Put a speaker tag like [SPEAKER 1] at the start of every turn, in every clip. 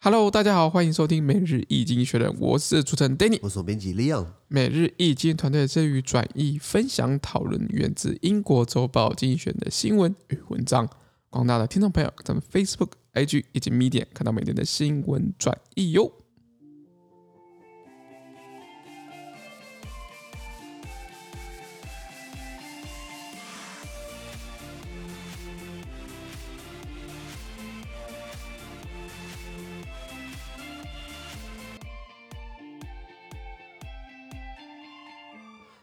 [SPEAKER 1] Hello，大家好，欢迎收听每日易经学人，我是主持人 Danny。
[SPEAKER 2] 我是总编辑 Leon。
[SPEAKER 1] 每日易经团队致力于转译、分享、讨论源自英国周报精选的新闻与文章。广大的听众朋友，咱们 Facebook、IG 以及 Medium 看到每天的新闻转译哦哟。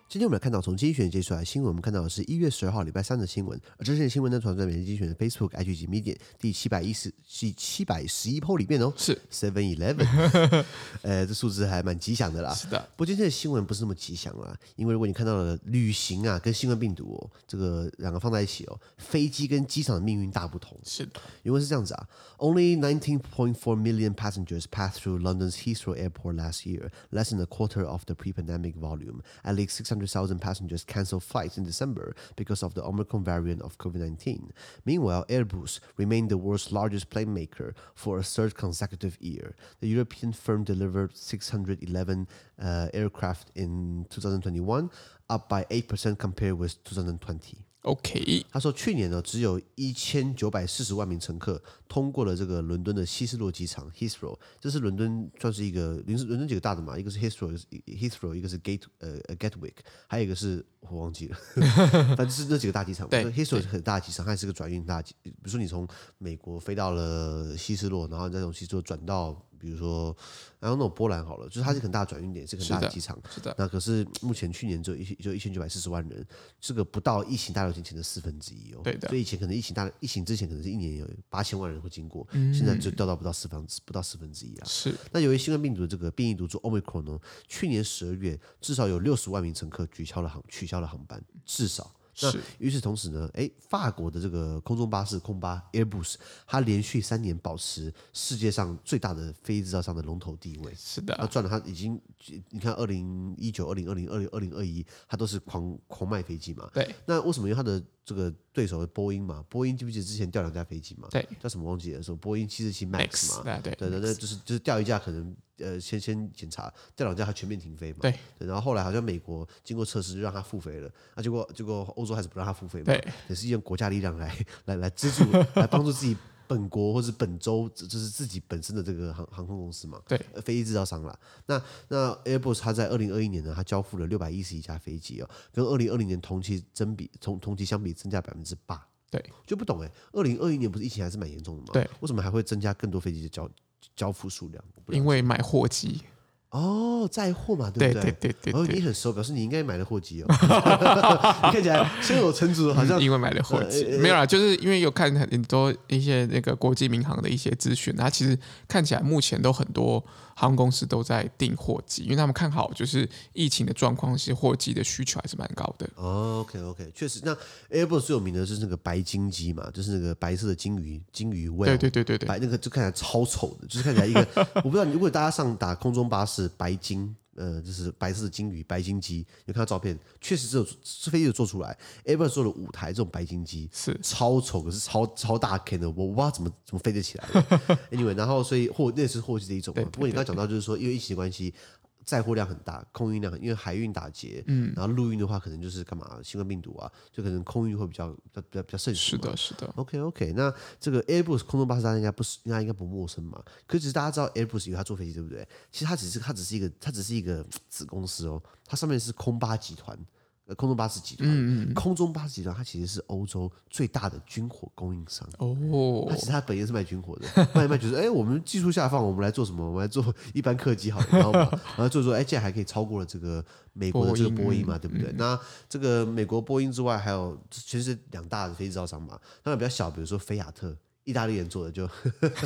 [SPEAKER 2] 今天我们来看到从精选接出来的新闻，我们看到的是一月十二号礼拜三的新闻，而这些新闻呢，传在每日精选的 Facebook、IG 及 Medium 第七百一十七七百十一 p 里面哦，
[SPEAKER 1] 是
[SPEAKER 2] Seven Eleven，呃，这数字还蛮吉祥的啦。
[SPEAKER 1] 是的，
[SPEAKER 2] 不过今天的新闻不是那么吉祥啦，因为如果你看到了旅行啊跟新冠病毒哦，这个两个放在一起哦，飞机跟机场的命运大不同。
[SPEAKER 1] 是的，
[SPEAKER 2] 因为是这样子啊，Only 19.4 million passengers passed through London's Heathrow Airport last year, less than a quarter of the pre-pandemic volume. At least 600,000 passengers canceled flights in December because of the Omicron variant of COVID-19. Meanwhile, Airbus remained the world's largest plane maker for a third consecutive year. The European firm delivered 611 uh, aircraft in 2021, up by 8% compared with 2020.
[SPEAKER 1] OK，
[SPEAKER 2] 他说，去年呢，只有一千九百四十万名乘客通过了这个伦敦的希斯洛机场 （Heathrow），这是伦敦算是一个，伦敦伦敦几个大的嘛，一个是 Heathrow，一个是 Heathrow，一个是 Gate 呃呃 Gatwick，还有一个是我忘记了， 反正是那几个大机场嘛。
[SPEAKER 1] 对
[SPEAKER 2] 就 Heathrow 是很大的机场，它也是个转运大机，比如说你从美国飞到了希斯洛，然后再从希斯洛转到。比如说，然后那种波兰好了，就是它是一个很大的转运点，是一个很大
[SPEAKER 1] 是
[SPEAKER 2] 的
[SPEAKER 1] 的
[SPEAKER 2] 机场。
[SPEAKER 1] 是的，
[SPEAKER 2] 那可是目前去年只有一就一千九百四十万人，这个不到疫情大流行前的四分之一哦。
[SPEAKER 1] 对的
[SPEAKER 2] 所以以前可能疫情大疫情之前可能是一年有八千万人会经过，
[SPEAKER 1] 嗯
[SPEAKER 2] 现在就掉到不到四分不到四分之一啊啦。
[SPEAKER 1] 是
[SPEAKER 2] 那由于新冠病毒的这个变异毒株 Omicron 呢，去年十二月至少有六十万名乘客取消了航取消了航班，至少。那
[SPEAKER 1] 是
[SPEAKER 2] 与此同时呢，诶，法国的这个空中巴士空巴 Airbus，它连续三年保持世界上最大的非制造商的龙头地位。
[SPEAKER 1] 是
[SPEAKER 2] 他
[SPEAKER 1] 的，
[SPEAKER 2] 赚了，他已经你看二零一九、二零二零、二零二零二一，他都是狂狂卖飞机嘛。
[SPEAKER 1] 对
[SPEAKER 2] 那为什么？因为他的这个对手是波音嘛，波音记不记得之前掉两架飞机嘛？
[SPEAKER 1] 对
[SPEAKER 2] 叫什么忘记了？什么波音七四七
[SPEAKER 1] ，Max，
[SPEAKER 2] MAX 嘛？
[SPEAKER 1] 对对
[SPEAKER 2] 对对，
[SPEAKER 1] Max
[SPEAKER 2] 那就是就是掉一架，可能呃先先检查，掉两架它全面停飞嘛。
[SPEAKER 1] 对
[SPEAKER 2] 然后后来好像美国经过测试就让它复飞了，那、结果结果欧洲还是不让它复飞嘛。
[SPEAKER 1] 对，
[SPEAKER 2] 也是用国家力量来来来资助，来帮助自己本国或是本州，这就是自己本身的这个航航空公司嘛。
[SPEAKER 1] 对
[SPEAKER 2] 呃，飞机制造商啦。那那 Airbus 它在二零二一年呢，它交付了六百一十一架飞机哦，跟二零二零年同期增比同同期相比增加百分之八，
[SPEAKER 1] 对，
[SPEAKER 2] 就不懂哎、2二零二一年不是疫情还是蛮严重的嘛？
[SPEAKER 1] 对，
[SPEAKER 2] 为什么还会增加更多飞机的交交付数量？我不了
[SPEAKER 1] 因为买货机，
[SPEAKER 2] 哦，载货嘛，
[SPEAKER 1] 对
[SPEAKER 2] 不
[SPEAKER 1] 对对对
[SPEAKER 2] 哦，
[SPEAKER 1] 对
[SPEAKER 2] 你很熟，表示你应该买了 货机哦。你看起来胸有成竹，好像呃
[SPEAKER 1] 嗯因为买了货机，没有啦，就是因为有看很多一些那个国际民航的一些资讯，它其实看起来目前都很多航空公司都在订货机，因为他们看好就是疫情的状况，其实货机的需求还是蛮高的。
[SPEAKER 2] 哦，OK OK，确实，那 Airbus 最有名的就是那个白金鸡嘛，就是那个白色的金鱼，金鱼 w
[SPEAKER 1] 对对对对对，
[SPEAKER 2] 白那个就看起来超丑的，就是看起来一个， 我不知道，如果大家上打空中巴士白金，呃，就是白色的金鱼、白金鸡，有看到照片，确实只有是飞机有做出来，Airbus 做了五台这种白金鸡，
[SPEAKER 1] 是
[SPEAKER 2] 超丑，可是超超大 K 的，我我不知道怎么怎么飞得起来 的。anyway，然后所以货那是货机的一种嘛，不过你刚刚讲到就是说，因为疫情的关系。载货量很大，空运量很，因为海运打劫，嗯，然后陆运的话，可能就是干嘛新冠病毒啊，就可能空运会比较比较比较比较盛行
[SPEAKER 1] 是
[SPEAKER 2] 嘛。
[SPEAKER 1] 的，是的，
[SPEAKER 2] OK OK，那这个 Airbus 空中巴士大家应该不是，应该应该不陌生嘛。可是只是大家知道 Airbus 以为它坐飞机对不对？其实它只是它只是一个它只是一个子公司哦，它上面是空巴集团，呃，空中巴士集团，空中巴士集团它其实是欧洲最大的军火供应商。
[SPEAKER 1] 哦
[SPEAKER 2] 它，其实它本业是卖军火的，卖一卖就是哎，我们技术下放，我们来做什么？我们来做一般客机好了，然后 嘛，然后做一做，哎，竟然还可以超过了这个美国的这个波音嘛，嗯对不对？那这个美国波音之外，还有其实是两大的非制造商嘛，当然比较小，比如说菲亚特。意大利人做的就，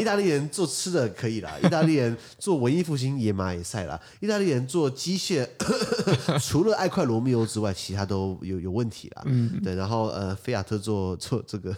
[SPEAKER 2] 意大利人做吃的可以啦，意大利人做文艺复兴也马也赛啦，意大利人做机械 除了爱快罗密欧之外，其他都有有问题啦。嗯，对，然后呃，菲亚特做做这个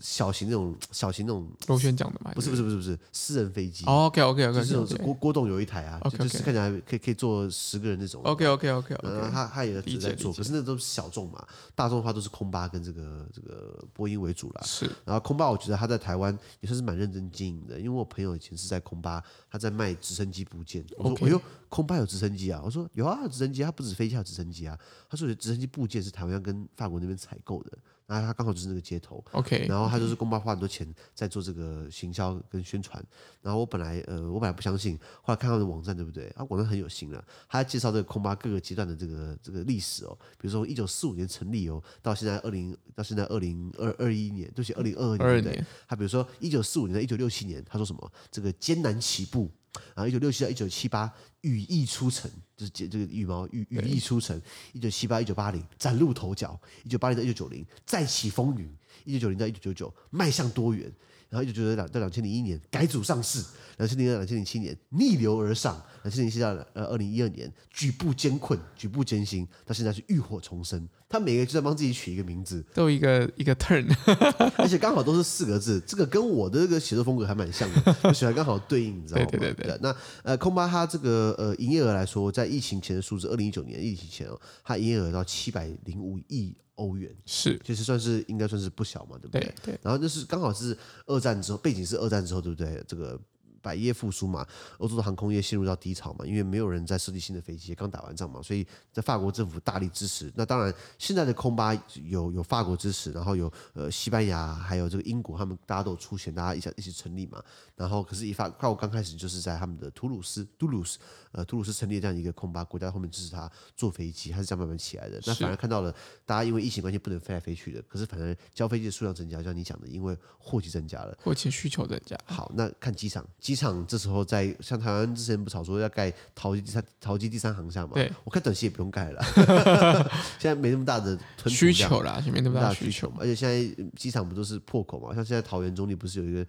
[SPEAKER 2] 小型那种小型那种，
[SPEAKER 1] 螺旋桨的嘛？
[SPEAKER 2] 不是不是不是不是私人飞机，
[SPEAKER 1] 哦，OK，OK，OK，OK，OK、o k
[SPEAKER 2] 就是那
[SPEAKER 1] OK
[SPEAKER 2] 种
[SPEAKER 1] OK
[SPEAKER 2] 郭郭董有一台啊，就
[SPEAKER 1] OK，OK
[SPEAKER 2] 就是看起来可以可以坐十个人那种。
[SPEAKER 1] OK OK OK
[SPEAKER 2] 然后
[SPEAKER 1] OK，
[SPEAKER 2] 他他也
[SPEAKER 1] 理
[SPEAKER 2] 有
[SPEAKER 1] 解
[SPEAKER 2] 在做，
[SPEAKER 1] 理解
[SPEAKER 2] 可是那都是小众嘛，大众的话都是空巴跟这个这个波音为主啦。
[SPEAKER 1] 是
[SPEAKER 2] 然后空巴，我觉得他在台湾也算是蛮认真经营的，因为我朋友以前是在空巴，他在卖直升机部件。我说：“
[SPEAKER 1] OK
[SPEAKER 2] 哎呦，空巴有直升机啊！”我说：“有啊，有直升机，它不止飞机，还有直升机啊。”他说：“有直升机部件是台湾要跟法国那边采购的，然后他刚好就是那个接头。”
[SPEAKER 1] OK，
[SPEAKER 2] 然后他就是公巴花很多钱在做这个行销跟宣传。然后我本来呃，我本来不相信，后来看他们的网站，对不对？啊，网站很有心了，他还介绍这个空巴各个阶段的这个这个历史哦，比如说一九四五年成立哦，到现在二零到现在二零二二一年，对不起，二零二二年，
[SPEAKER 1] 二二
[SPEAKER 2] 对不对
[SPEAKER 1] 年
[SPEAKER 2] 他比如说一九四五年到一九六七年，他说什么这个艰难起步，啊然后一九六七到一九七八羽翼初成，就是这这个羽毛羽羽翼初成。一九七八一九八零崭露头角，一九八零到一九九零再起风云，一九九零到一九九九迈向多元。然后一九九九到两千零一年改组上市，两千零二两千零七年逆流而上，两千零七到呃二零一二年举步艰困，举步艰辛，到现在是浴火重生。他每个就在帮自己取一个名字，
[SPEAKER 1] 都有一个一个 turn，
[SPEAKER 2] 而且刚好都是四个字，这个跟我的这个写作风格还蛮像的， 我喜欢刚好对应，你知道吗？
[SPEAKER 1] 对对对对
[SPEAKER 2] 那呃，空巴它这个呃营业额来说，在疫情前的数字，二零一九年疫情前哦，它营业额到七百零五亿欧元，
[SPEAKER 1] 是
[SPEAKER 2] 其实算是应该算是不小嘛，对不对？
[SPEAKER 1] 对对
[SPEAKER 2] 然后就是刚好是二战之后，背景是二战之后，对不对？这个百业复苏嘛，欧洲的航空业陷入到低潮嘛，因为没有人在设计新的飞机，刚打完仗嘛，所以在法国政府大力支持。那当然，现在的空巴有有法国支持，然后有呃西班牙，还有这个英国，他们大家都有出钱，大家一起一起成立嘛。然后可是以法法国刚开始就是在他们的图鲁斯杜鲁斯呃图鲁斯成立这样一个空巴，国家后面支持他坐飞机，他是这样慢慢起来的。那
[SPEAKER 1] 是
[SPEAKER 2] 反而看到了大家因为疫情关系不能飞来飞去的，可是反而交飞机的数量增加，就像你讲的，因为货机增加了。
[SPEAKER 1] 或且需求增加，
[SPEAKER 2] 好，那看机场，机场这时候在像台湾之前不吵说要盖桃机第三桃机第三航厦嘛？
[SPEAKER 1] 对，
[SPEAKER 2] 我看短期也不用盖了，现在没那么大的吞吐量
[SPEAKER 1] 需求啦，前面那么
[SPEAKER 2] 那
[SPEAKER 1] 大
[SPEAKER 2] 么
[SPEAKER 1] 的
[SPEAKER 2] 需
[SPEAKER 1] 需
[SPEAKER 2] 求
[SPEAKER 1] 求
[SPEAKER 2] 嘛
[SPEAKER 1] 嘛，，
[SPEAKER 2] 而且现在机场不都是破口嘛？像现在桃园中立不是有一个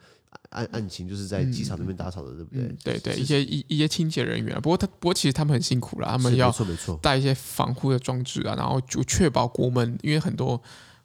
[SPEAKER 2] 案案情，就是在机场那边打扫的，对不对？
[SPEAKER 1] 嗯，对对，
[SPEAKER 2] 是
[SPEAKER 1] 一些一一些清洁人员啊，不过他不过其实他们很辛苦啦，他们
[SPEAKER 2] 是
[SPEAKER 1] 要
[SPEAKER 2] 没错没错，
[SPEAKER 1] 带一些防护的装置啊，然后就确保国门，因为很多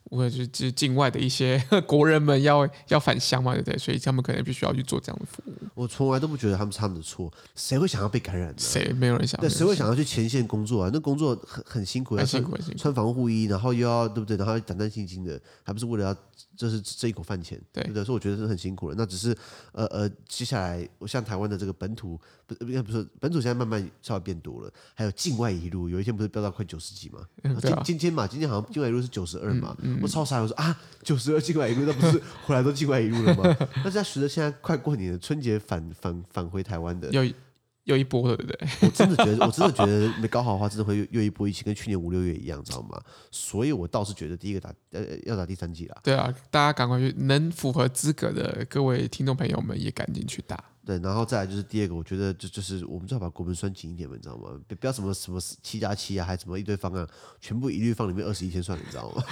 [SPEAKER 1] 我就是就是境外的一些 国人们要要返乡嘛，对不对？所以他们可能必须要去做这样的服务，
[SPEAKER 2] 我从来都不觉得他们是他们的错，谁会想要被感染呢？
[SPEAKER 1] 谁没有人想
[SPEAKER 2] 对，
[SPEAKER 1] 没有
[SPEAKER 2] 谁会
[SPEAKER 1] 人
[SPEAKER 2] 想要去前线工作啊？那工作很很辛苦，要
[SPEAKER 1] 很
[SPEAKER 2] 穿
[SPEAKER 1] 哎辛苦很辛苦，
[SPEAKER 2] 穿防护衣，然后又要对不对？然后胆战心惊的，还不是为了要就是这一口饭钱，
[SPEAKER 1] 对
[SPEAKER 2] 不对？所以我觉得是很辛苦了。那只是呃呃，接下来我像台湾的这个本土不是应该不是本土现在慢慢稍微变多了，还有境外一路，有一天不是飙到快九十几吗？
[SPEAKER 1] 嗯
[SPEAKER 2] 啊
[SPEAKER 1] 对啊嗯
[SPEAKER 2] 今今天嘛，今天好像境外一路是九十二嘛，我超傻，我说啊，九十二境外一路，那不是回来都境外一路了吗？ 但是他随着现在快过年了，春节返返返回台湾的，
[SPEAKER 1] 有有一波了，对不对？
[SPEAKER 2] 我真的觉得，我真的觉得没搞好的话，真的会又又一波疫情，跟去年五六月一样，知道吗？所以我倒是觉得第一个打呃要打第三季啦。
[SPEAKER 1] 对啊，大家赶快去，能符合资格的各位听众朋友们也赶紧去打。
[SPEAKER 2] 对，然后再来就是第二个，我觉得就就是我们最好把国门拴紧一点嘛，你知道吗？不不要什么什么七加七啊，还什么一堆方案，全部一律放里面二十一天算了，你知道吗？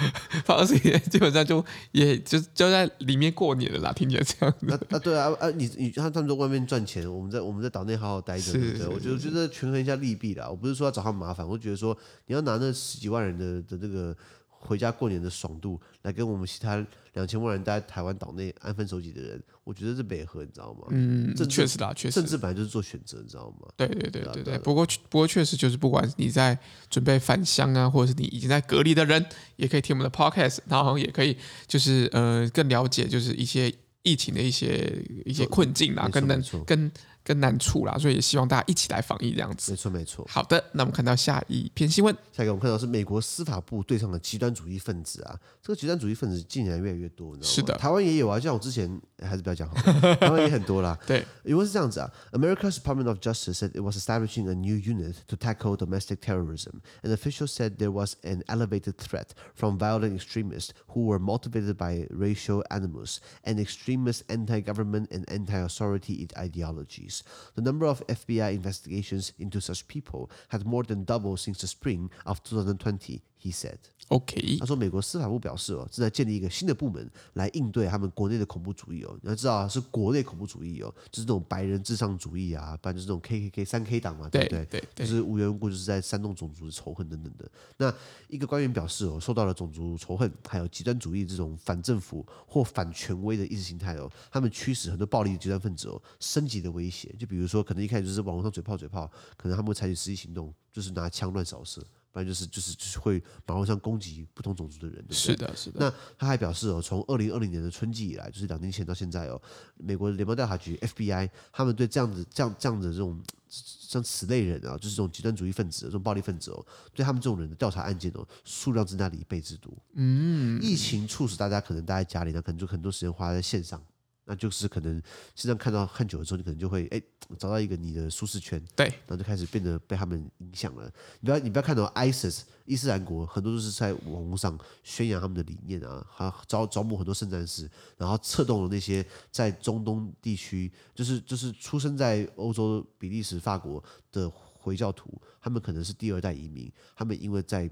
[SPEAKER 1] 反正也基本上就也就就在里面过年了啦，听起来这样子。
[SPEAKER 2] 那那对啊啊，你你他他们在外面赚钱，我们在我们在岛内好好待着，
[SPEAKER 1] 是
[SPEAKER 2] 对不对？
[SPEAKER 1] 是
[SPEAKER 2] 我觉得我觉得权衡一下利弊啦，我不是说要找他们麻烦，我觉得说你要拿那十几万人的的这个回家过年的爽度，来跟我们其他两千万人待在台湾岛内安分守己的人，我觉得是北河，你知道吗？
[SPEAKER 1] 嗯，
[SPEAKER 2] 政治
[SPEAKER 1] 确实啦，确实
[SPEAKER 2] 政。治本来就是做选择，你知道吗？
[SPEAKER 1] 对对对
[SPEAKER 2] 啊
[SPEAKER 1] 对
[SPEAKER 2] 对
[SPEAKER 1] 对，不过不过确实就是，不管你在准备返乡啊，或者是你已经在隔离的人，也可以听我们的 podcast，然后也可以就是呃更了解就是一些疫情的一些一些困境啦
[SPEAKER 2] 没，错
[SPEAKER 1] 跟难
[SPEAKER 2] 没错
[SPEAKER 1] 跟跟难处啦，所以也希望大家一起来防疫这样子
[SPEAKER 2] 没。错没错。
[SPEAKER 1] 好的，那我们看到下一篇新闻，
[SPEAKER 2] 下一个我们看到是美国司法部对上了极端主义分子啊，这个极端主义分子竟然越来越多，你知道吗？
[SPEAKER 1] 是的
[SPEAKER 2] 台湾也有啊，就像我之前还是不要讲好了，台湾也很多啦。
[SPEAKER 1] 对，
[SPEAKER 2] It was 这样子啊。America's Department of Justice said it was establishing a new unit to tackle domestic terrorism, and officials said there was an elevated threat from violent extremists who were motivated by racial animus and extremist anti-government and anti-authority ideologies. The number of FBI investigations into such people had more than doubled since the spring of 2020. he said.
[SPEAKER 1] OK，
[SPEAKER 2] 他说，美国司法部表示哦，正在建立一个新的部门来应对他们国内的恐怖主义哦。你要知道啊是国内恐怖主义哦，就是那种白人至上主义啊，不然就是那种 KKK 三 K 党嘛，对
[SPEAKER 1] 对
[SPEAKER 2] 不
[SPEAKER 1] 对
[SPEAKER 2] 对？就
[SPEAKER 1] 对，
[SPEAKER 2] 是无缘无故就是在煽动种族仇恨等等的。那一个官员表示哦，受到了种族仇恨还有极端主义这种反政府或反权威的意识形态哦，他们驱使很多暴力的极端分子哦升级的威胁。就比如说，可能一开始就是网络上嘴炮嘴炮，可能他们会采取实际行动，就是拿枪乱扫射，不然就是就是就是会马路上攻击不同种族的人，对不对？
[SPEAKER 1] 是的，是的，
[SPEAKER 2] 那他还表示哦，从二零二零年的春季以来，就是两年前到现在哦，美国联邦调查局 FBI 他们对这样子、这样、这样子的这种像此类人啊，就是这种极端主义分子、这种暴力分子哦，对他们这种人的调查案件哦，数量增加了一倍之多。嗯，疫情促使大家可能待在家里，那可能就很多时间花在线上。那就是可能线上看到看久了之后，你可能就会哎找到一个你的舒适圈，
[SPEAKER 1] 对，
[SPEAKER 2] 然后就开始变得被他们影响了。你不要你不要看到 ISIS 伊斯兰国很多都是在网络上宣扬他们的理念啊，还招招募很多圣战士，然后策动了那些在中东地区，就是就是出生在欧洲、比利时、法国的回教徒，他们可能是第二代移民，他们因为在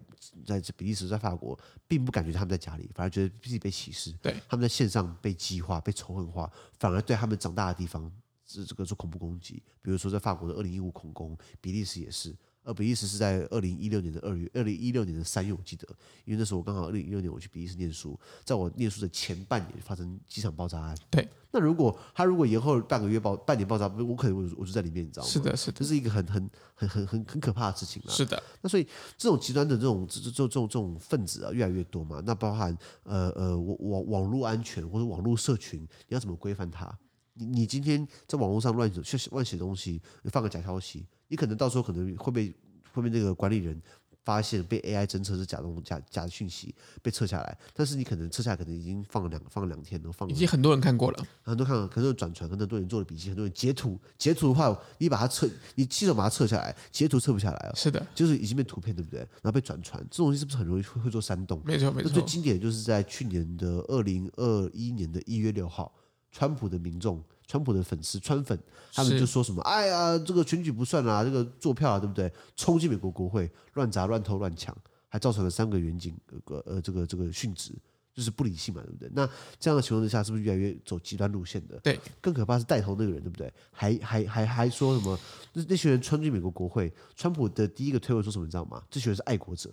[SPEAKER 2] 在比利时、在法国，并不感觉他们在家里，反而觉得自己被歧视，
[SPEAKER 1] 对，
[SPEAKER 2] 他们在线上被激化、被仇恨化，反而对他们长大的地方这这个做恐怖攻击，比如说在法国的二零一五恐攻，比利时也是。呃，比利时是在二零一六年的二月，二零一六年的三月，我记得，因为那时候我刚好二零一六年我去比利时念书，在我念书的前半年发生机场爆炸案。
[SPEAKER 1] 对，
[SPEAKER 2] 那如果他如果延后半个月爆半年爆炸，我可能我就我就在里面，你知道吗？
[SPEAKER 1] 是的，是的，
[SPEAKER 2] 这是一个很很很很很很可怕的事情啊。
[SPEAKER 1] 是的，
[SPEAKER 2] 那所以这种极端的这种这这这这种这种分子啊，越来越多嘛。那包含呃呃网网网络安全或者网络社群，你要怎么规范它？你你今天在网络上乱写写乱写东西，你放个假消息，你可能到时候可能会被会被那个管理人发现被 AI 侦测是假东假假讯息被测下来，但是你可能测下来可能已经放了两放了两天了，放
[SPEAKER 1] 已
[SPEAKER 2] 了
[SPEAKER 1] 经很多人看过了，
[SPEAKER 2] 很多看很多人转传，很多人做了笔记，很多人截图截图的话，你把它测，你亲手把它测下来，截图测不下来哦，
[SPEAKER 1] 是的，
[SPEAKER 2] 就是已经被图片，对不对？然后被转传，这种东西是不是很容易会会做煽动？
[SPEAKER 1] 没错，没
[SPEAKER 2] 那最
[SPEAKER 1] 错，
[SPEAKER 2] 经典就是在去年的二零二一年的一月六号，川普的民众、川普的粉丝、川粉，他们
[SPEAKER 1] 是
[SPEAKER 2] 就说什么：“哎呀，这个选举不算啊，这个做票啊，对不对？”冲进美国国会，乱砸、乱偷、乱抢，还造成了三个远景呃呃这个这个殉职，就是不理性嘛，对不对？那这样的情况之下，是不是越来越走极端路线的？
[SPEAKER 1] 对，
[SPEAKER 2] 更可怕是带头那个人，对不对？还还还还说什么？那那群人冲进美国国会，川普的第一个推文说什么？你知道吗？这群人是爱国者。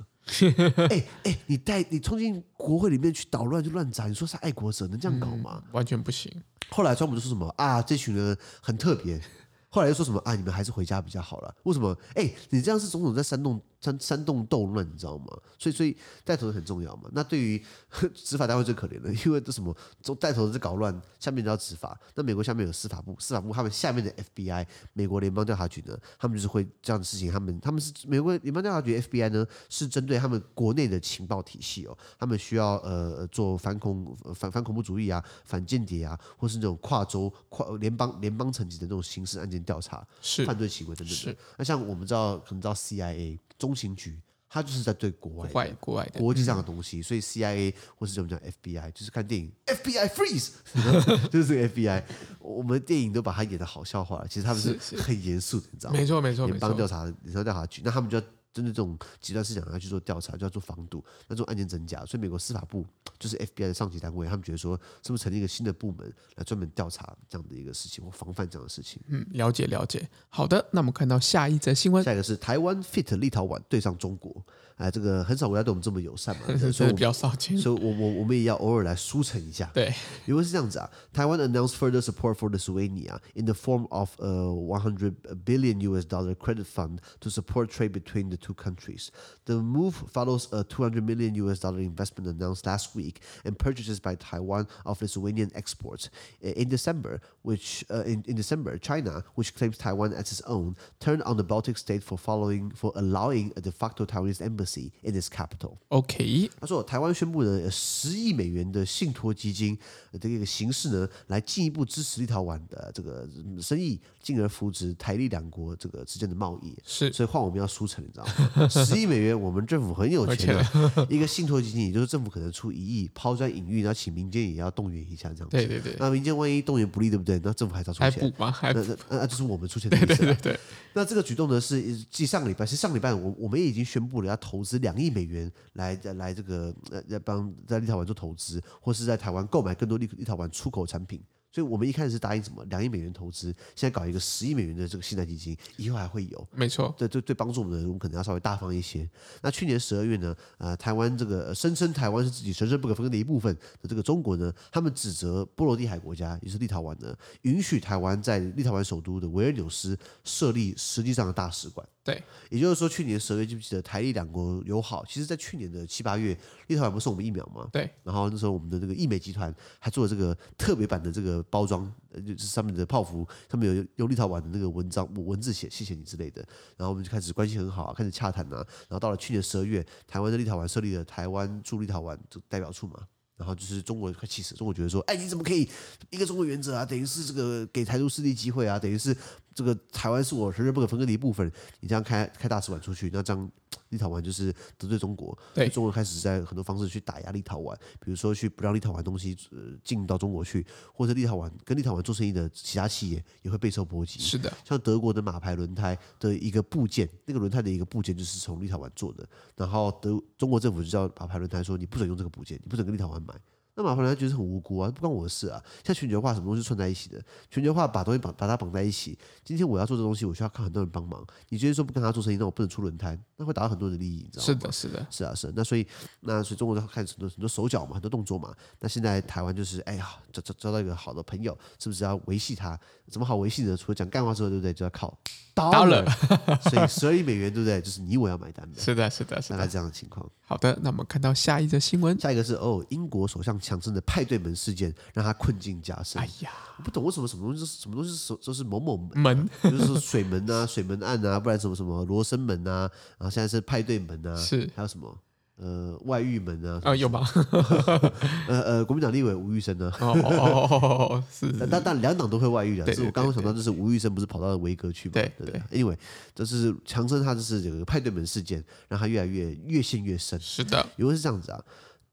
[SPEAKER 2] 哎哎、你带你冲进国会里面去捣乱就乱砸，你说是爱国者能这样搞吗？
[SPEAKER 1] 完全不行，
[SPEAKER 2] 后来川普就说什么啊，这群人很特别。后来又说什么啊，你们还是回家比较好了。为什么？哎、你这样是种种在煽动煽煽动斗乱，你知道吗？所以所以带头的很重要嘛。那对于 呵执法单位最可怜的，因为这什么，都带头的在搞乱，下面都要执法。那美国下面有司法部，司法部他们下面的 FBI，美国联邦调查局呢，他们就是会这样的事情。他们他们是美国联邦调查局 FBI 呢，是针对他们国内的情报体系哦，他们需要呃呃做反恐呃反反恐怖主义啊、反间谍啊，或是那种跨州跨联邦联邦层级的那种刑事案件调查、
[SPEAKER 1] 是
[SPEAKER 2] 犯罪行为等等的
[SPEAKER 1] 是。
[SPEAKER 2] 那像我们知道，可能知道 CIA 中情局，它就是在对国外的
[SPEAKER 1] 国外国外的，
[SPEAKER 2] 国际上的东西，所以 CIA 或是怎么讲 FBI，就是看电影 FBI freeze，就是这个 FBI。我们电影都把它演的好笑话了，其实他们是
[SPEAKER 1] 是
[SPEAKER 2] 很严肃的，你知道吗？
[SPEAKER 1] 没错，没错，
[SPEAKER 2] 联
[SPEAKER 1] 没
[SPEAKER 2] 邦调
[SPEAKER 1] 错，
[SPEAKER 2] 查联邦调查局，那他们就要针对这种极端思想要去做调查，就要做防堵，那这种案件增加，所以美国司法部就是 FBI 的上级单位，他们觉得说，是不是成立一个新的部门来专门调查这样的一个事情或防范这样的事情？
[SPEAKER 1] 嗯，了解了解。好的，那我们看到下一则新闻，
[SPEAKER 2] 下一个是台湾 fit 立陶宛对上中国，哎，这个很少国家对我们这么 友善嘛，对不对
[SPEAKER 1] 真
[SPEAKER 2] 所以
[SPEAKER 1] 的
[SPEAKER 2] 我
[SPEAKER 1] 比较少见。
[SPEAKER 2] 所以我我我们也要偶尔来舒陈一下。
[SPEAKER 1] 对，
[SPEAKER 2] 因为是这样子啊，台湾 announced further support for Lithuania in the form of a 100 billion US dollar credit fund to support trade between the two countries. The move follows a 200 million US dollar investment announced last week and purchases by Taiwan of Lithuanian exports. I- In December, which uh, in, in December, China, which claims Taiwan as its own, turned on the Baltic state for following for allowing a de facto Taiwanese embassy in its capital.
[SPEAKER 1] OK，
[SPEAKER 2] 他说，台湾宣布的呃十亿美元的信托基金呃的一个形式呢，来进一步支持立陶宛的这个嗯生意，进而扶植台立两国这个之间的贸易。
[SPEAKER 1] 是
[SPEAKER 2] 所以换我们要输成，你知道吗？十亿美元，我们政府很有钱的，一个信托基金，也就是政府可能出一亿，抛砖引玉，然后请民间也要动员一下这样子。
[SPEAKER 1] 对对对，
[SPEAKER 2] 那民间万一动员不力，对不对？那政府还是要出
[SPEAKER 1] 还
[SPEAKER 2] 钱
[SPEAKER 1] 补。吗？还
[SPEAKER 2] 那
[SPEAKER 1] 补
[SPEAKER 2] 那那那就是我们出钱的
[SPEAKER 1] 对
[SPEAKER 2] 意思、啊。
[SPEAKER 1] 对对对，
[SPEAKER 2] 那这个举动呢，是继上个礼拜，是上个礼拜我我们也已经宣布了要投资两亿美元来来这个呃来帮在立陶宛做投资，或是在台湾购买更多立立陶宛出口产品。所以我们一开始是答应什么两亿美元投资，现在搞一个十亿美元的这个信贷基金，以后还会有。
[SPEAKER 1] 没错，
[SPEAKER 2] 对对对，帮助我们的人，我们可能要稍微大方一些。那去年十二月呢，呃，台湾这个呃声称台湾是自己神圣不可分割的一部分的这个中国呢，他们指责波罗的海国家，也就是立陶宛呢，允许台湾在立陶宛首都的维尔纽斯设立实际上的大使馆。
[SPEAKER 1] 对，
[SPEAKER 2] 也就是说，去年十二月记不记得台立两国友好？其实，在去年的七八月，立陶宛不是送我们疫苗吗？
[SPEAKER 1] 对。
[SPEAKER 2] 然后那时候我们的那个易美集团还做了这个特别版的这个包装，呃就是上面的泡芙上面有用立陶宛的那个文章文字写谢谢你之类的。然后我们就开始关系很好、啊，开始洽谈呐、然后到了去年十二月，台湾在立陶宛设立了台湾驻立陶宛这个代表处嘛。然后就是中国快气死了，中国觉得说，哎，你怎么可以一个中国原则啊？等于是这个给台独势力机会啊，等于是这个台湾是我神圣不可分割的一部分。你这样开开大使馆出去，那这样立陶宛就是得罪中国。
[SPEAKER 1] 对
[SPEAKER 2] 中国开始在很多方式去打压立陶宛，比如说去不让立陶宛东西呃进到中国去，或者立陶宛跟立陶宛做生意的其他企业也会备受波及。
[SPEAKER 1] 是的，
[SPEAKER 2] 像德国的马牌轮胎的一个部件，那个轮胎的一个部件就是从立陶宛做的，然后德中国政府就叫马牌轮胎说你不准用这个部件，你不准跟立陶宛买。那马牌轮胎觉得很无辜啊，不关我的事啊。像全球化什么东西是串在一起的，全球化把东西绑把它绑在一起。今天我要做这东西，我需要靠很多人帮忙。你今天说不跟他做生意，那我不能出轮胎，那会打到很多人的利益，你知道吗？
[SPEAKER 1] 是的，是的，
[SPEAKER 2] 是啊，是啊那所以那所以中国就看很多很多手脚嘛，很多动作嘛。那现在台湾就是哎呀，交交交到一个好的朋友，是不是要维系他？怎么好维系呢？除了讲干话之外，对不对？就要 靠
[SPEAKER 1] Dollar
[SPEAKER 2] 所以十二亿美元，对不对？就是你我要买单的，
[SPEAKER 1] 是的，是的，是
[SPEAKER 2] 大
[SPEAKER 1] 的
[SPEAKER 2] 概。这样的情况。
[SPEAKER 1] 好的，那我们看到下一则新闻。
[SPEAKER 2] 下一个是哦，英国首相强生的派对门事件让他困境加深。
[SPEAKER 1] 哎呀，
[SPEAKER 2] 我不懂为什么什么东西都是什么东西是都是某某门
[SPEAKER 1] 门
[SPEAKER 2] 就是说水门啊、水门案啊，不然什么什么罗生门啊，然后现在是派对门啊，
[SPEAKER 1] 是
[SPEAKER 2] 还有什么呃外遇门啊，
[SPEAKER 1] 啊有吗？
[SPEAKER 2] 呃呃，国民党立委吴玉生呢、
[SPEAKER 1] 哦哦哦哦哦，是是
[SPEAKER 2] 但但但两党都会外遇的，啊
[SPEAKER 1] 对
[SPEAKER 2] 只是我刚刚想到，就是吴玉生不是跑到维格去嘛？
[SPEAKER 1] 对
[SPEAKER 2] 对不对。Anyway，就是强生他就是有个派对门事件，让他越来越越陷越深。
[SPEAKER 1] 是的，
[SPEAKER 2] 原文是这样子啊。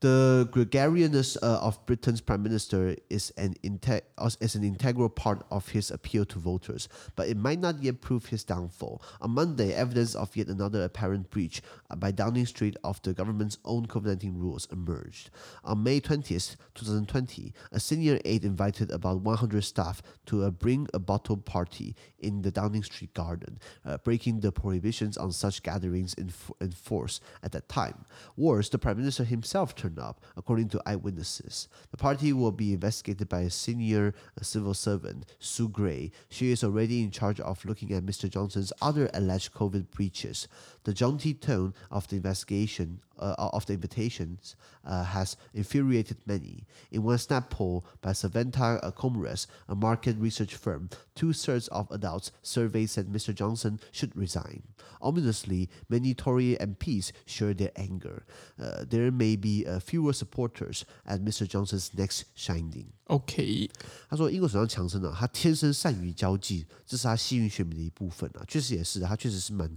[SPEAKER 2] The gregarious uh, of Britain's prime minister is an inte- is an integral part of his appeal to voters, but it might not yet prove his downfall. On Monday, evidence of yet another apparent breach uh, by Downing Street of the government's own COVID-19 rules emerged. On May 20th, 2020, a senior aide invited about 100 staff to a bring a bottle party in the Downing Street garden, uh, breaking the prohibitions on such gatherings in, f- in force at that time. Worse, the prime minister himself turned up, according to eyewitnesses. The party will be investigated by a senior civil servant, Sue Gray. She is already in charge of looking at Mr. Johnson's other alleged COVID breaches. The jaunty tone of the investigation uh, of the invitations uh, has infuriated many. In one snap poll by Savanta Comres, a market research firm, two thirds of adults surveyed said Mr. Johnson should resign. Ominously, many Tory MPs share their anger. Uh, there may be uh, fewer supporters at Mr. Johnson's next shining.
[SPEAKER 1] OK，
[SPEAKER 2] 他说，英国首相强森呢、他天生善于交际，这是他幸运选民的一部分啊，确实也是，他确实是蛮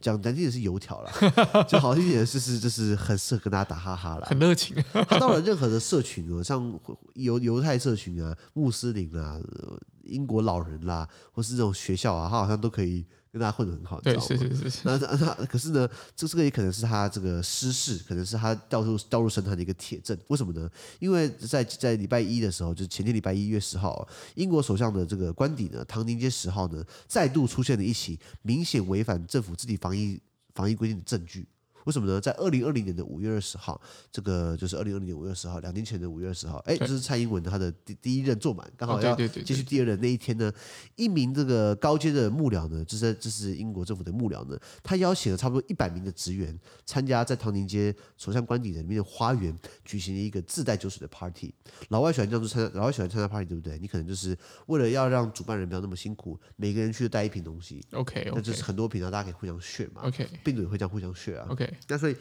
[SPEAKER 2] 讲难听点是油条啦， 就好听点就是就是很适合跟大家打哈哈啦。
[SPEAKER 1] 很热 情，
[SPEAKER 2] 他到了任何的社群哦，像犹犹太社群啊、穆斯林啊、呃英国老人啦、或是这种学校啊，他好像都可以跟大家混得很好，你
[SPEAKER 1] 对，
[SPEAKER 2] 知道
[SPEAKER 1] 是
[SPEAKER 2] 吗？
[SPEAKER 1] 是是是，
[SPEAKER 2] 那那那可是呢，这这个也可能是他这个失事，可能是他掉入掉入深潭的一个铁证。为什么呢？因为在在礼拜一的时候，就是前天礼拜一月十号，啊英国首相的这个官邸呢，唐宁街十号呢，再度出现了一起明显违反政府自己防疫防疫规定的证据。为什么呢？在二零二零年的五月二十号，这个就是二零二零年五月二十号，两年前的五月二十号，哎，这是蔡英文她的第第一任坐满，刚好
[SPEAKER 1] 哦对
[SPEAKER 2] 要
[SPEAKER 1] 对对对
[SPEAKER 2] 接续第二任那一天呢，一名这个高阶的幕僚呢，就是这是英国政府的幕僚呢，他邀请了差不多一百名的职员参加在唐宁街首相官邸的里面的花园举行一个自带酒水的 party。老外喜欢这样子参加，老外喜欢参加 party，对不对？你可能就是为了要让主办人不要那么辛苦，每个人去带一瓶东西，
[SPEAKER 1] OK
[SPEAKER 2] 那
[SPEAKER 1] OK
[SPEAKER 2] 就是很多瓶，然后大家可以互相 share 嘛，
[SPEAKER 1] OK
[SPEAKER 2] 病毒也会这样互相 share 啊。
[SPEAKER 1] OK，
[SPEAKER 2] 那所以，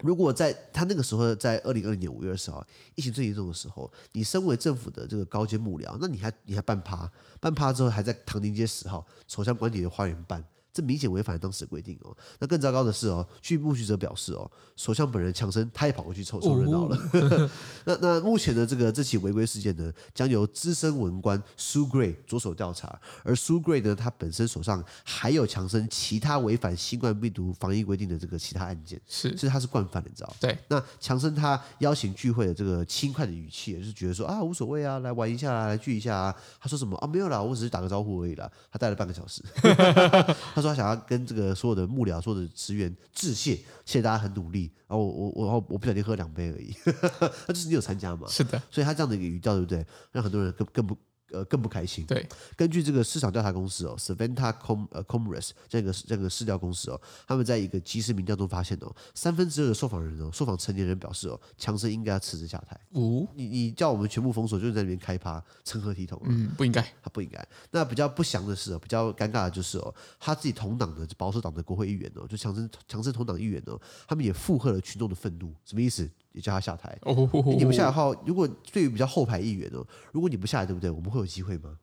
[SPEAKER 2] 如果在他那个时候，在二零二零年五月二十号疫情最严重的时候，你身为政府的这个高阶幕僚，那你还你还办趴，办趴之后还在唐宁街十号首相官邸的花园办，这明显违反了当时的规定哦。那更糟糕的是哦，据目击者表示哦，首相本人强生他也跑过去凑凑热闹了。 那那目前的这个这起违规事件呢，将由资深文官 Sue Gray 着手调查，而 Sue Gray 呢，他本身手上还有强生其他违反新冠病毒防疫规定的这个其他案件，
[SPEAKER 1] 是
[SPEAKER 2] 所以他是惯犯的，你知道。
[SPEAKER 1] 对，
[SPEAKER 2] 那强生他邀请聚会的这个轻快的语气，也就是觉得说啊无所谓啊，来玩一下啊，来聚一下啊。他说什么啊没有啦，我只是打个招呼而已啦。他待了半个小时，他说他想要跟这个所有的幕僚、所有的职员致谢，谢谢大家很努力。然后我我我我不小心喝两杯而已， 那就是你有参加嘛，
[SPEAKER 1] 是的，
[SPEAKER 2] 所以他这样的一个语调，对不对？让很多人更更不呃更不开心。
[SPEAKER 1] 对，
[SPEAKER 2] 根据这个市场调查公司哦，Savanta Com 呃 Comres 这个这个市调公司哦，他们在一个即时民调中发现哦，三分之二的受访人哦，受访成年人表示哦，强生应该要辞职下台。
[SPEAKER 1] 五，
[SPEAKER 2] 你你叫我们全部封锁，就是在那边开趴，成何体统啊？
[SPEAKER 1] 嗯，不应该，
[SPEAKER 2] 他不应该。那比较不祥的是哦，比较尴尬的就是哦，他自己同党的保守党的国会议员哦，就强生强生同党议员哦，他们也附和了群众的愤怒，什么意思？也叫他下台。
[SPEAKER 1] 哦，
[SPEAKER 2] 你不下来的话，如果对于比较后排议员哦，如果你不下来，对不对？我们会有机会吗？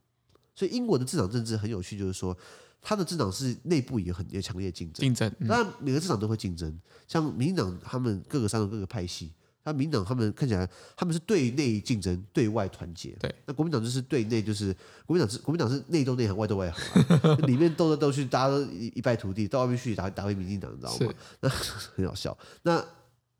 [SPEAKER 2] 所以英国的政党政治很有趣，就是说它的政党是内部也很也强烈竞争，
[SPEAKER 1] 竞争，嗯
[SPEAKER 2] 当然每个政党都会竞争。像民进党他们各个三个各个派系，那民进党他们看起来他们是对内竞争，对外团结。
[SPEAKER 1] 对，
[SPEAKER 2] 那国民党就是对内就是国民党是国民党是内斗内行，外斗外行 啊，里面斗来斗去，大家都一一败涂地，到外面去打打回民进党，你知道吗
[SPEAKER 1] 是？
[SPEAKER 2] 那 很好笑。那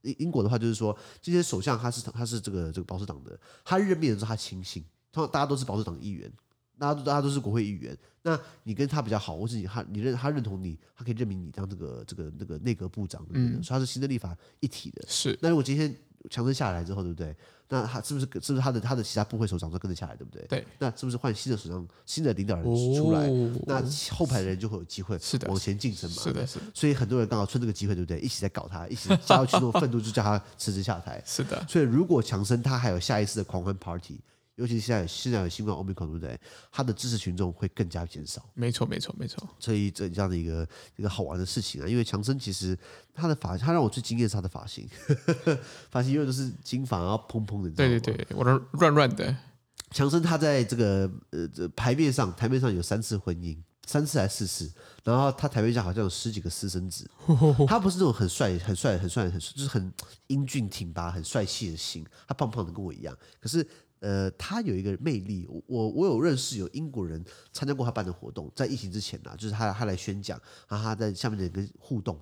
[SPEAKER 2] 英英国的话就是说，这些首相他是他是这个这个保守党的，他任命的时候他清醒，通常大家都是保守党议员，大家都大家都是国会议员。那你跟他比较好，或是你他你认他认同你，他可以任命你当这个这个那个内阁部长，对不
[SPEAKER 1] 嗯
[SPEAKER 2] 对？所以他是行政立法一体的。
[SPEAKER 1] 是
[SPEAKER 2] 那如果今天强生下来之后，对不对？那他是不是是不是他的他的其他部会首长都跟着下来，对不对？
[SPEAKER 1] 对，
[SPEAKER 2] 那是不是换新的首长、新的领导人
[SPEAKER 1] 哦
[SPEAKER 2] 出来，那后排的人就会有机会
[SPEAKER 1] 是的
[SPEAKER 2] 往前晋升嘛？
[SPEAKER 1] 是的，是的，
[SPEAKER 2] 所以很多人刚好趁这个机会，对不对？一起在搞他，一起加入群众愤怒，就叫他辞职下台。
[SPEAKER 1] 是的，
[SPEAKER 2] 所以如果强生他还有下一次的狂欢 party，尤其是现在有现在有新冠 omicron，对不对？他的支持群众会更加减少。
[SPEAKER 1] 没错，没错，没错，
[SPEAKER 2] 所以这这样的一个一个好玩的事情啊，因为强生其实他的发，他让我最惊艳是他的发型， 发型永远都是金发，然后蓬蓬的。你知道
[SPEAKER 1] 对
[SPEAKER 2] 吗
[SPEAKER 1] 对对，我的乱乱 的，
[SPEAKER 2] 强生他在这个呃这牌面上，台面上有三次婚姻，三次还是四次，然后他台面下好像有十几个私生子。他不是那种很帅、很帅、很帅、很帅就是很英俊挺拔、很帅气的型，他胖胖的跟我一样，可是。呃，他有一个魅力，我我我有认识有英国人参加过他办的活动，在疫情之前啊，就是他他来宣讲，然后他在下面的人跟互动，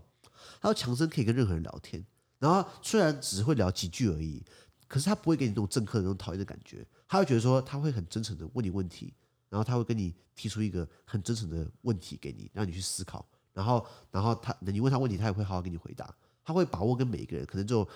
[SPEAKER 2] 他说强生可以跟任何人聊天，然后虽然只会聊几句而已，可是他不会给你那种政客的那种讨厌的感觉，他会觉得说他会很真诚的问你问题，然后他会跟你提出一个很真诚的问题给你，让你去思考，然后然后他你问他问题，他也会好好给你回答，他会把握跟每一个人可能就。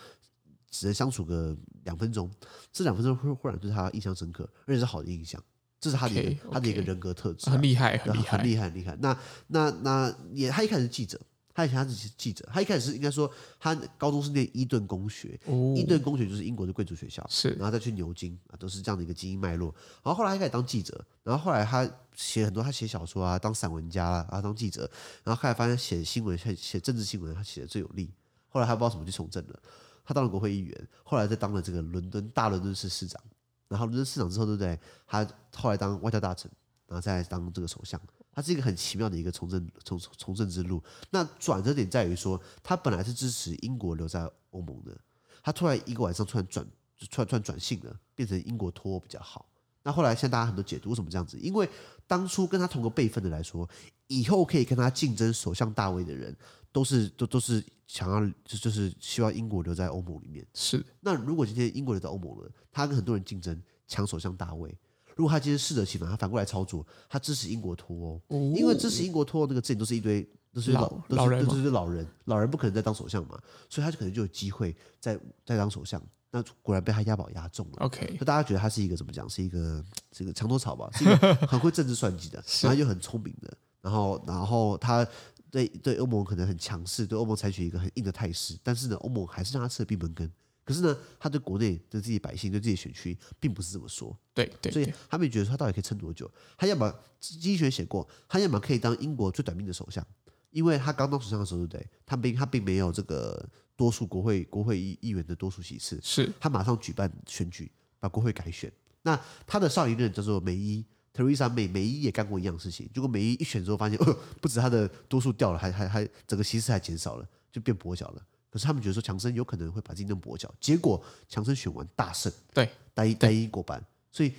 [SPEAKER 2] 只能相处个两分钟，这两分钟会会让对他印象深刻，而且是好的印象，这是他的一个
[SPEAKER 1] OK，OK
[SPEAKER 2] 他的一个人格特质啊、
[SPEAKER 1] 很厉害，很
[SPEAKER 2] 很
[SPEAKER 1] 厉害，
[SPEAKER 2] 厉害，很厉害。那那那也，他一开始是记者，他以前他是记者，他一开始是应该说他高中是念伊顿公学，
[SPEAKER 1] 哦
[SPEAKER 2] 伊，顿公学就是英国的贵族学校，
[SPEAKER 1] 是
[SPEAKER 2] 然后再去牛津啊，都是这样的一个精英脉络。然后后来他开始当记者，然后后来他写很多，他写小说啊，当散文家啊，啊当记者，然后后来发现写新闻、写写政治新闻，他写的最有力。后来他不知道怎么去从政了，他当了国会议员，后来再当了这个伦敦大伦敦市市长，然后伦敦市长之后，对不对？他后来当外交大臣，然后再来当这个首相。他是一个很奇妙的一个从政从从从政之路。那转折点在于说，他本来是支持英国留在欧盟的，他突然一个晚上突然转，就突然突然转性了，变成英国脱欧比较好。那后来现在大家很多解读为什么这样子，因为当初跟他同个辈分的来说，以后可以跟他竞争首相大位的人，都是都都是想要就就是希望英国留在欧盟里面。
[SPEAKER 1] 是
[SPEAKER 2] 那如果今天英国留在欧盟了，他跟很多人竞争抢首相大位，如果他今天适得其反，他反过来操作，他支持英国脱欧，因为支持英国脱欧那个阵营都是一堆都是
[SPEAKER 1] 哦老老
[SPEAKER 2] 都是
[SPEAKER 1] 人
[SPEAKER 2] 都
[SPEAKER 1] 嘛
[SPEAKER 2] 是都是老人，老人不可能再当首相嘛，所以他就可能就有机会再再当首相。那果然被他押宝押中了。
[SPEAKER 1] 哦 OK，
[SPEAKER 2] 就大家觉得他是一个怎么讲？是一个这个墙头草吧，是一个很会政治算 计的，然后又很聪明的，然后然后他对对欧盟可能很强势，对欧盟采取一个很硬的态势，但是呢，欧盟还是让他吃了闭门羹。可是呢，他对国内对自己百姓对自己选区并不是这么说，
[SPEAKER 1] 对对
[SPEAKER 2] 所以
[SPEAKER 1] 对，
[SPEAKER 2] 他们也觉得说他到底可以撑多久？他要么经济学写过，他要么可以当英国最短命的首相，因为他刚当首相的时候，对不对？他并他并没有这个多数国会国会议议员的多数席次，
[SPEAKER 1] 是
[SPEAKER 2] 他马上举办选举，把国会改选。那他的上一任叫做梅伊， Teresa 美梅伊也干过一样的事情，结果梅伊一选之后发现，呃，不止他的多数掉了，还还还整个席次还减少了，就变跛脚了。可是他们觉得说强森有可能会把自己弄跛脚，结果强森选完大胜，
[SPEAKER 1] 对，
[SPEAKER 2] 单一单一过半，所以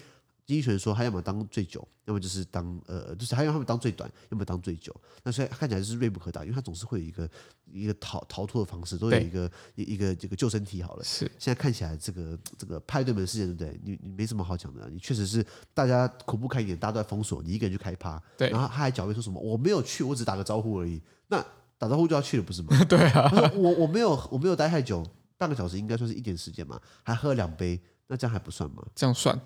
[SPEAKER 2] 经济学人说他要么当最久，要么就是当呃，就是他要他们当最短，要么当最久。那所以看起来是锐不可挡，因为他总是会有一个一个逃逃脱的方式，都有
[SPEAKER 1] 对
[SPEAKER 2] 一个一一个这个救生梯好了。
[SPEAKER 1] 是
[SPEAKER 2] 现在看起来这个这个派对门事件，对不对？你你没什么好讲的啊、你确实是大家恐怖开一点，大家都在封锁，你一个人去开趴，
[SPEAKER 1] 对
[SPEAKER 2] 然后他还狡辩说什么我没有去，我只打个招呼而已。那打招呼就要去了，不是吗？对啊，他说我我没有我没有待太久，半个小时应该算是一点时间嘛，还喝了两杯，那这样还不算吗？
[SPEAKER 1] 这样算，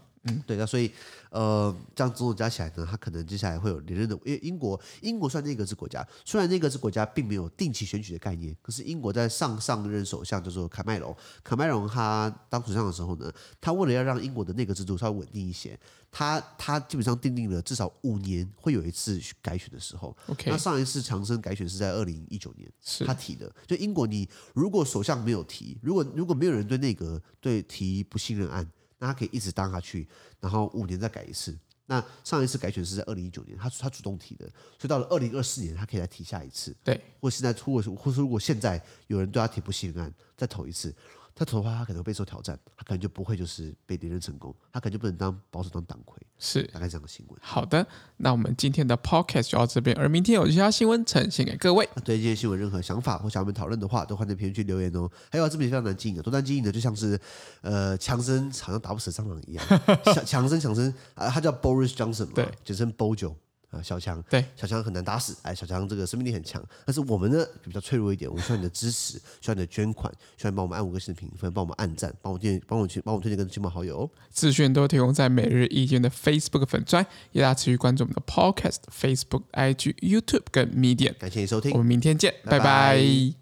[SPEAKER 2] 对，那所以呃，这样总总加起来呢，他可能接下来会有连任的，因为英国英国算内阁制国家，虽然内阁制国家并没有定期选举的概念，可是英国在上上任首相叫做卡麦隆，卡麦隆他当首相的时候呢，他为了要让英国的内阁制度稍微稳定一些，他他基本上定定了至少五年会有一次改选的时候。
[SPEAKER 1] OK
[SPEAKER 2] 那上一次强生改选是在二零一九年，
[SPEAKER 1] 是
[SPEAKER 2] 他提的。就英国，你如果首相没有提，如果如果没有人对内阁对提不信任案，那他可以一直当下去，然后五年再改一次。那上一次改选是在二零一九年，他他主动提的，所以到了二零二四年，他可以再提下一次。
[SPEAKER 1] 对，
[SPEAKER 2] 或现在出，或是或是如果现在有人对他提不信任案，再投一次，他投的话，他可能会备受挑战，他可能就不会就是被连任成功，他可能就不能当保守党党魁，
[SPEAKER 1] 是
[SPEAKER 2] 大概这样的新闻。
[SPEAKER 1] 好的，那我们今天的 podcast 就到这边，而明天有其他新闻呈现给各位。
[SPEAKER 2] 那对这些新闻有任何想法或想要我们讨论的话，都欢迎在评论区留言哦。还有、啊、这本也非常难经营的，多难经营的就像是呃强森好像打不死蟑螂一样，小强 森强森啊、他叫 Boris Johnson 嘛，
[SPEAKER 1] 对，
[SPEAKER 2] 简称 Bojo 啊、小强，
[SPEAKER 1] 对，
[SPEAKER 2] 小强很难打死，哎，小强这个生命力很强，但是我们呢比较脆弱一点，我们需要你的支持，需要你的捐款，需要你帮我们按五个星的评分，帮我们按赞，帮我推荐，帮我去帮我推荐跟亲朋好友、哦。
[SPEAKER 1] 资讯都提供在每日意见的 Facebook 粉专，也大家持续关注我们的 podcast、Facebook、IG、YouTube 跟 Medium。
[SPEAKER 2] 感谢你收听
[SPEAKER 1] 我，们明天见，
[SPEAKER 2] 拜
[SPEAKER 1] 拜
[SPEAKER 2] 拜
[SPEAKER 1] 拜